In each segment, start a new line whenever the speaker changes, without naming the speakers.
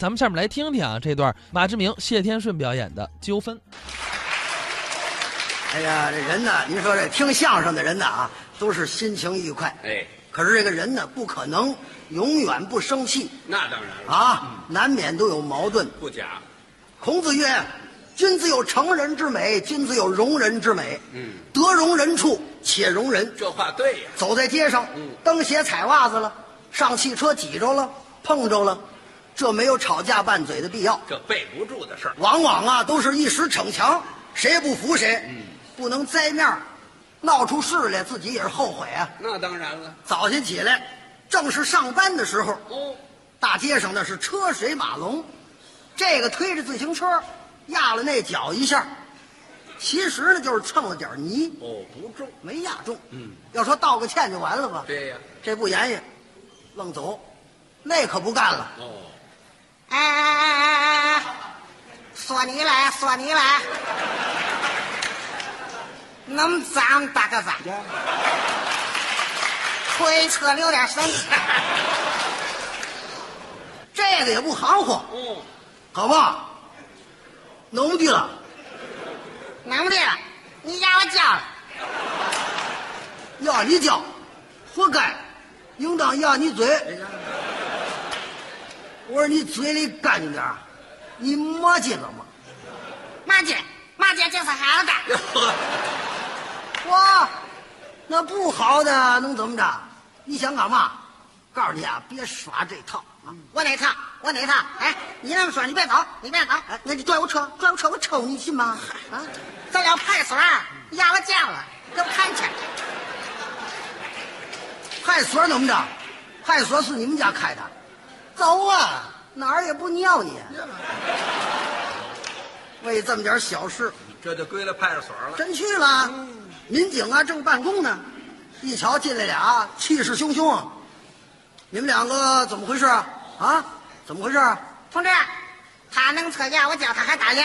咱们下面来听听啊这段马志明、谢天顺表演的《纠纷》。
哎呀，这人呐，您说这听相声的人呐啊，都是心情愉快。
哎，
可是这个人呢，不可能永远不生气
那当然了，
啊，
嗯
难免都有矛盾。
不假。
孔子曰：“君子有成人之美，君子有容人之美。
嗯，
得容人处且容人。
这话对呀，
走在街上，
嗯
蹬鞋踩袜子了，上汽车挤着了，碰着了，这没有吵架拌嘴的必要。
这备不住的事儿。
往往啊，都是一时逞强，谁也不服谁，
嗯
不能栽面儿，闹出事来，自己也是后悔啊。
那当然了。
早晨起来，正是上班的时候，
哦，
大街上那是车水马龙，这个推着自行车，压了那脚一下，其实呢就是蹭了点泥，
哦，不重。
没压中。
嗯，
要说道个歉就完了吧？
对呀。
这不言语，愣走，那可不干了。
哦，
哎哎哎哎哎，索尼来，索尼来，能咱们大个子，推车留点身 体，这个也不含糊，
哦，
好不好？能不地了，
能的，你压我脚了，
要你脚，活该，应当压你嘴。我说你嘴里干净点儿你磨叽了吗？
马姐，马姐这是好的，
哇，那不好的能怎么着？你想干嘛？告诉你啊，别耍这套啊！
我哪套？我哪套？哎，你那么说，你别走，你别走，
哎，那你拽我车，拽我车，我抽你信吗？
啊，咱俩派出所
啊嗯
压我脚了，给我看去。
派出所怎么着？派出所是你们家开的，走啊，哪儿也不尿你。为这么点小事，
这就归了派出所了。
真去了。民警啊，正办公呢，一瞧进来俩，气势汹汹啊！你们两个怎么回事啊？啊，怎么回事啊？
同志，他弄车压我脚，他还打人，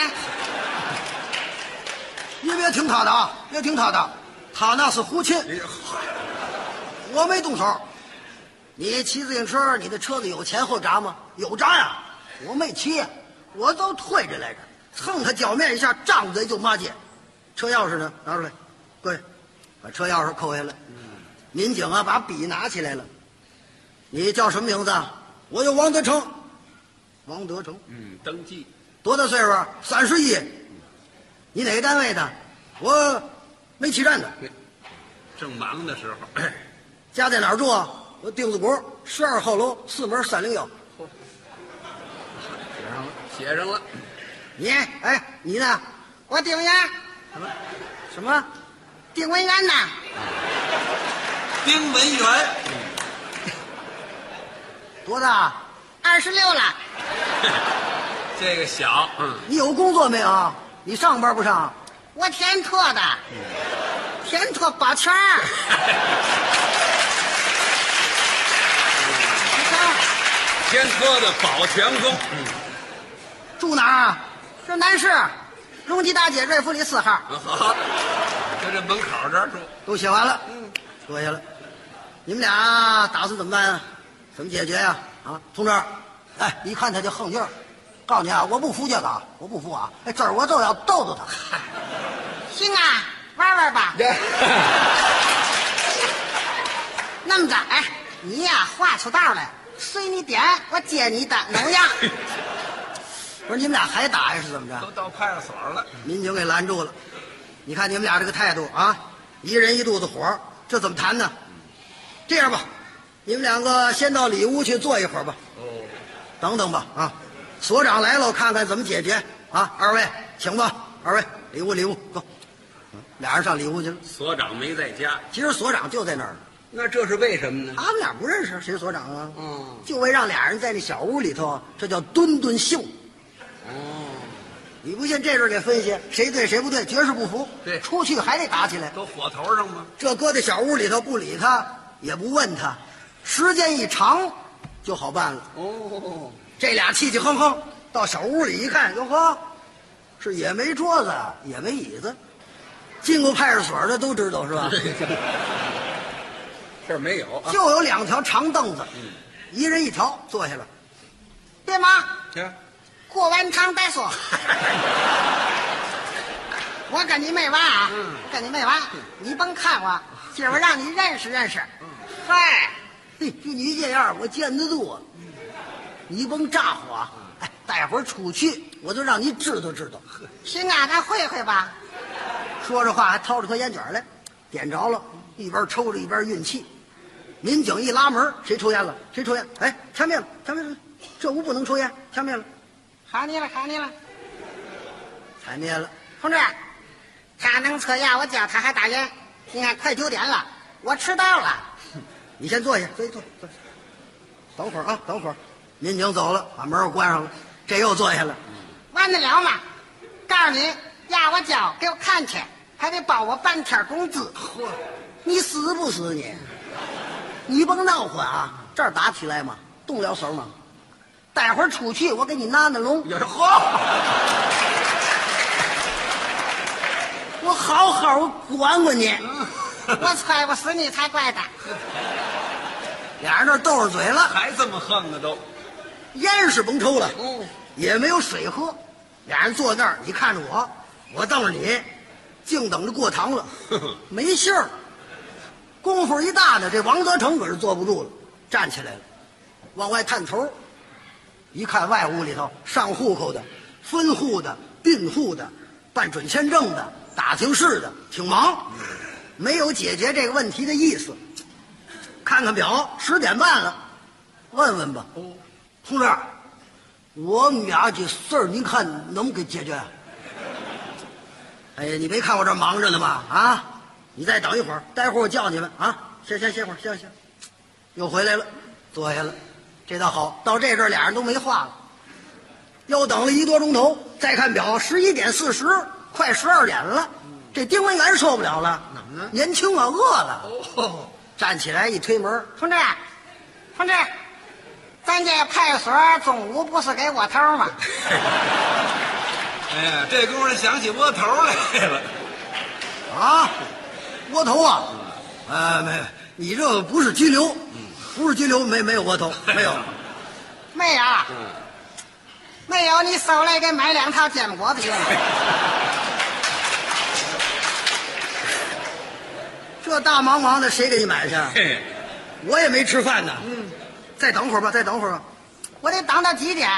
你别听他的啊，别听他的，他那是胡琴，
哎呀，嗨
我没动手。你骑自行车，你的车子有前后闸吗？有闸呀、我没骑，我都推着来着，蹭他脚面一下，张嘴就骂街。车钥匙呢？拿出来，各位，把车钥匙扣下来。民警啊，把笔拿起来了。你叫什么名字啊？我叫王德成。王德成。
嗯，登记。
多大岁数啊？三十一。你哪个单位的？我煤气站的。
正忙的时候，
家在哪儿住啊？我丁字国十二号楼四门三零幺。
写上了，写上了。
你哎，你呢？
我丁元，
什么？
丁文元呐，
丁文元，
多大？
二十六了，
这个小，嗯，
你有工作没有啊？你上班不上？
我天拓的，天拓宝 圈儿。你看
天科的保全工。
住哪儿啊？
这男士，
荣吉大街瑞福里四号。
嗯，好，就这门口这儿住。
都写完了，嗯，坐下了。你们俩打算怎么办啊？怎么解决呀、啊？同志，哎，一看他就横劲儿，告诉你啊，我不服这个，我不服啊！哎，今儿我就要逗逗他。
行啊，玩玩吧。 那么着，哎，你呀、画出道来，随你点，我接你的，能呀？
不是你们俩还打呀？是怎么着？
都到派出所了，
民警给拦住了。你看你们俩这个态度啊，一人一肚子火，这怎么谈呢？这样吧，你们两个先到里屋去坐一会儿吧。哦，等等吧啊，所长来了，看看怎么解决啊。二位请吧，二位里屋里屋走。嗯俩人上里屋去了。
所长没在家，
其实所长就在那儿呢。
那这是为什么呢？
他们俩不认识谁是所长啊，
嗯，
就为让俩人在那小屋里头，啊这叫蹲蹲秀。
哦，
你不信，这阵儿给分析谁对谁不对，绝世不服。
对
出去还得打起来。
都火头上吗？
这搁在小屋里头不理他，也不问他，时间一长就好办了。
哦，
这俩气气哼哼到小屋里一看，哟呵，是也没桌子，也没椅子。进过派出所的都知道是吧？
这儿没有啊。
就有两条长凳子，一人一条，坐下了。
别忙，
行，
过完汤再 说。我跟你没完啊，跟你没完，你甭看我，今儿我让你认识认识。嗯嗨，
嘿，就你这样，我见得多。你甭咋呼啊！哎，待会儿出去我就让你知道知道。
行啊，咱会会吧。
说着话还掏出颗烟卷来，点着了，一边抽着一边运气。民警一拉门，谁抽烟了？谁抽烟？哎，掐灭了，掐灭了！这屋不能抽烟，掐灭了，
好你了，好你了，
掐灭了。
同志，他能抽烟，我叫他还打烟。你看，快九点了，我迟到了。
你先坐下，坐坐坐。等会儿啊，等会儿。民警走了，把门又关上了，这又坐下了。
完得了吗？告诉你，压我脚给我看去，还得包我半天工资。
嚯，你死不死你？你甭闹混啊！这儿打起来嘛，动了手嘛。待会儿出去，我给你拿拿龙，
有嚯，
我好好管管你。
我猜我死你才怪的。
俩人那儿斗上嘴了，
还这么横呢都。
烟是甭抽了，
嗯
也没有水喝，俩人坐那儿，你看着我，我瞪着你，净等着过堂了，没信儿。功夫一大呢，这王德成可是坐不住了，站起来了，往外探头，一看外屋里头上户口的、分户的、并户的、办准签证的、打听事的，挺忙，没有解决这个问题的意思。看看表，十点半了，问问吧。同志，我们俩这事儿，您看能不能给解决？哎呀，你没看我这忙着呢吗？啊，你再等一会儿，待会儿我叫你们啊。先先歇会儿，歇歇。又回来了，坐下了，这倒好，到这阵儿俩人都没话了。又等了一多钟头，再看表，十一点四十，快十二点了。这丁文元受不了了，
怎么了
年轻啊，饿了，
哦，
站起来一推门，
同志，同志，咱这派出所中午不是给我头吗？
哎呀，这功夫想起窝头来了。
啊，窝头啊，呃，没，你这个不是拘留，
嗯
不是拘留，没没有窝头，没 有。嗯
没有，没啊有，你手来给买两套坚果子去。
这大忙忙的，谁给你买去？ 啊
嘿，
我也没吃饭呢。嗯，再等会儿吧，再等会儿吧。
我得等到几点？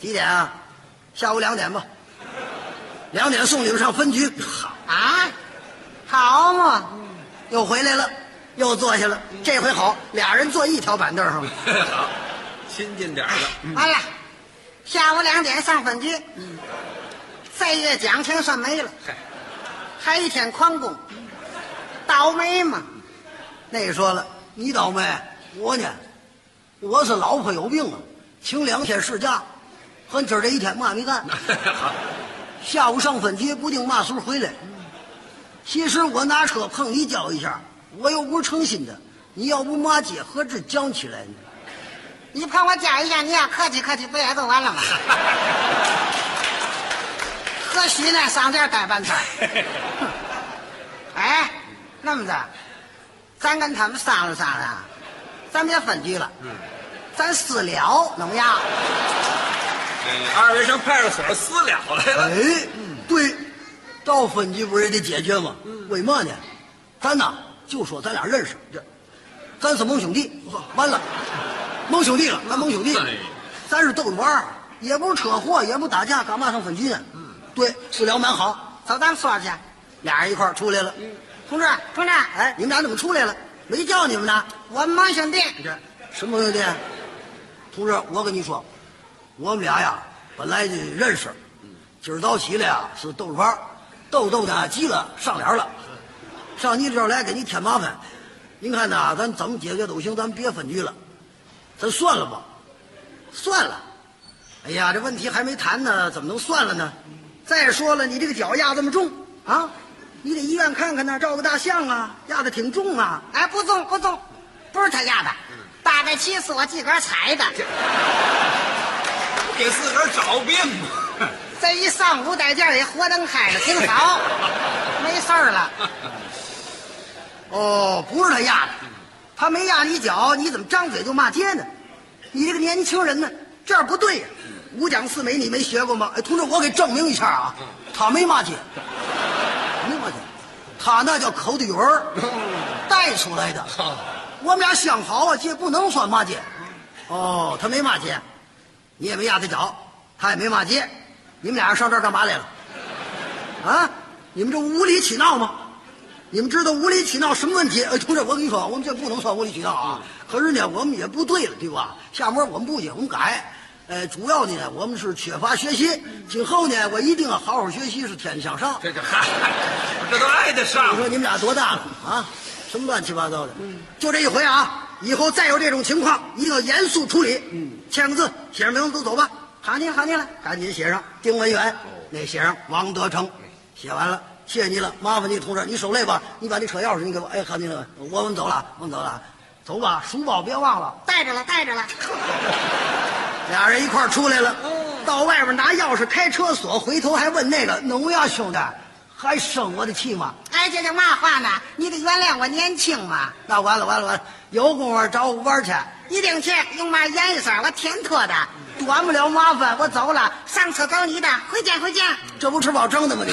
几点啊？下午两点吧。两点送你们上分局。好，
啊？好嘛，嗯
又回来了，又坐下了。这回好，俩人坐一条板凳上了。
好，亲近点儿嗯了。
嗯完了，下午两点上分局。
嗯
这月奖金算没了，
嗨，
还一天旷工，倒霉嘛。
那个说了，你倒霉，我呢，我是老婆有病啊，请两天事假，和今儿这一天嘛没 干。
好，
下午上分局，不定嘛时候回来。
嗯
其实我拿车碰你脚一下，我又不是诚心的。你要不骂街，何止犟起来呢？
你碰我家一下，你要客气客气，不也就完了吗？何须呢？上这儿待半天儿。哎，那么着，咱跟他们商量商量，咱别分居了，咱私了，怎么样？
哎，二位上派出所私了来了。
哎，对，到分局不是也得解决吗？
嗯
为嘛呢？咱呐就说咱俩认识，这咱是盟兄弟。
哦
完了，盟兄弟了，咱盟兄弟了
哎。
咱是逗着玩儿，也不是车祸，也不打架，干嘛上分局呢？对，私聊蛮好。
嗯走，咱说去。嗯
俩人一块儿出来了。
同志，同志，
哎，你们俩怎么出来了？没叫你们呢？
我们盟兄弟，
这什么兄弟？同志，我跟你说，我们俩呀本来就认识，今儿早起来呀是逗着玩儿逗逗的急了上脸了，上你这儿来给你添麻烦。您看呐，咱怎么解决都行，咱别分居了，咱算了吧，算了。哎呀，这问题还没谈呢，怎么能算了呢？再说了，你这个脚压这么重啊，你得医院看看呢，照个大象啊，压的挺重啊。嗯
哎，不中不中，不是他压的，大概七是我自个儿踩的。
给自个儿找病吧。
这一上午在这儿也活灯开了，挺好，没事儿了。
哦，不是他压的，他没压你脚，你怎么张嘴就骂街呢？你这个年轻人呢，这样不对呀、五讲四美你没学过吗？哎，同志，我给证明一下啊，他没骂街，没骂街，他那叫口的鱼儿带出来的。我们俩相好啊，这不能算骂街。哦，他没骂街，你也没压他脚，他也没骂街，你们俩上这儿干嘛来了？啊，你们这无理取闹吗？你们知道无理取闹什么问题？哎，同志，我跟你说，我们这不能算无理取闹啊。可是呢，我们也不对了，对吧？下面我们不仅我们改，呃，主要呢，我们是缺乏学习。今后呢，我一定要好好学习，是天天向上。
这这嗨，这都挨得上
你。说你们俩多大了啊？什么乱七八糟的？就这一回啊！以后再有这种情况，一定要严肃处理。嗯，签个字，写上名字都走吧。喊你喊你了，赶紧写上丁文远，那写上王德成。写完了，谢谢你了，麻烦你同志，你手累吧？你把那车钥匙你给我。哎，喊你了，我们走了，我们走了，走吧，书包别忘了。
带着了，带着了。
俩人一块儿出来了，到外边拿钥匙开车锁，回头还问那个农呀兄弟，还生我的气吗？
哎，这叫嘛话呢？你得原谅我年轻嘛，
那完了完了完了，有功夫找我玩去，
一定去。用嘛严一声，我天特的，
短不了麻烦。我走了，
上车走你的，回见回见。
这不吃饱撑的吗？你。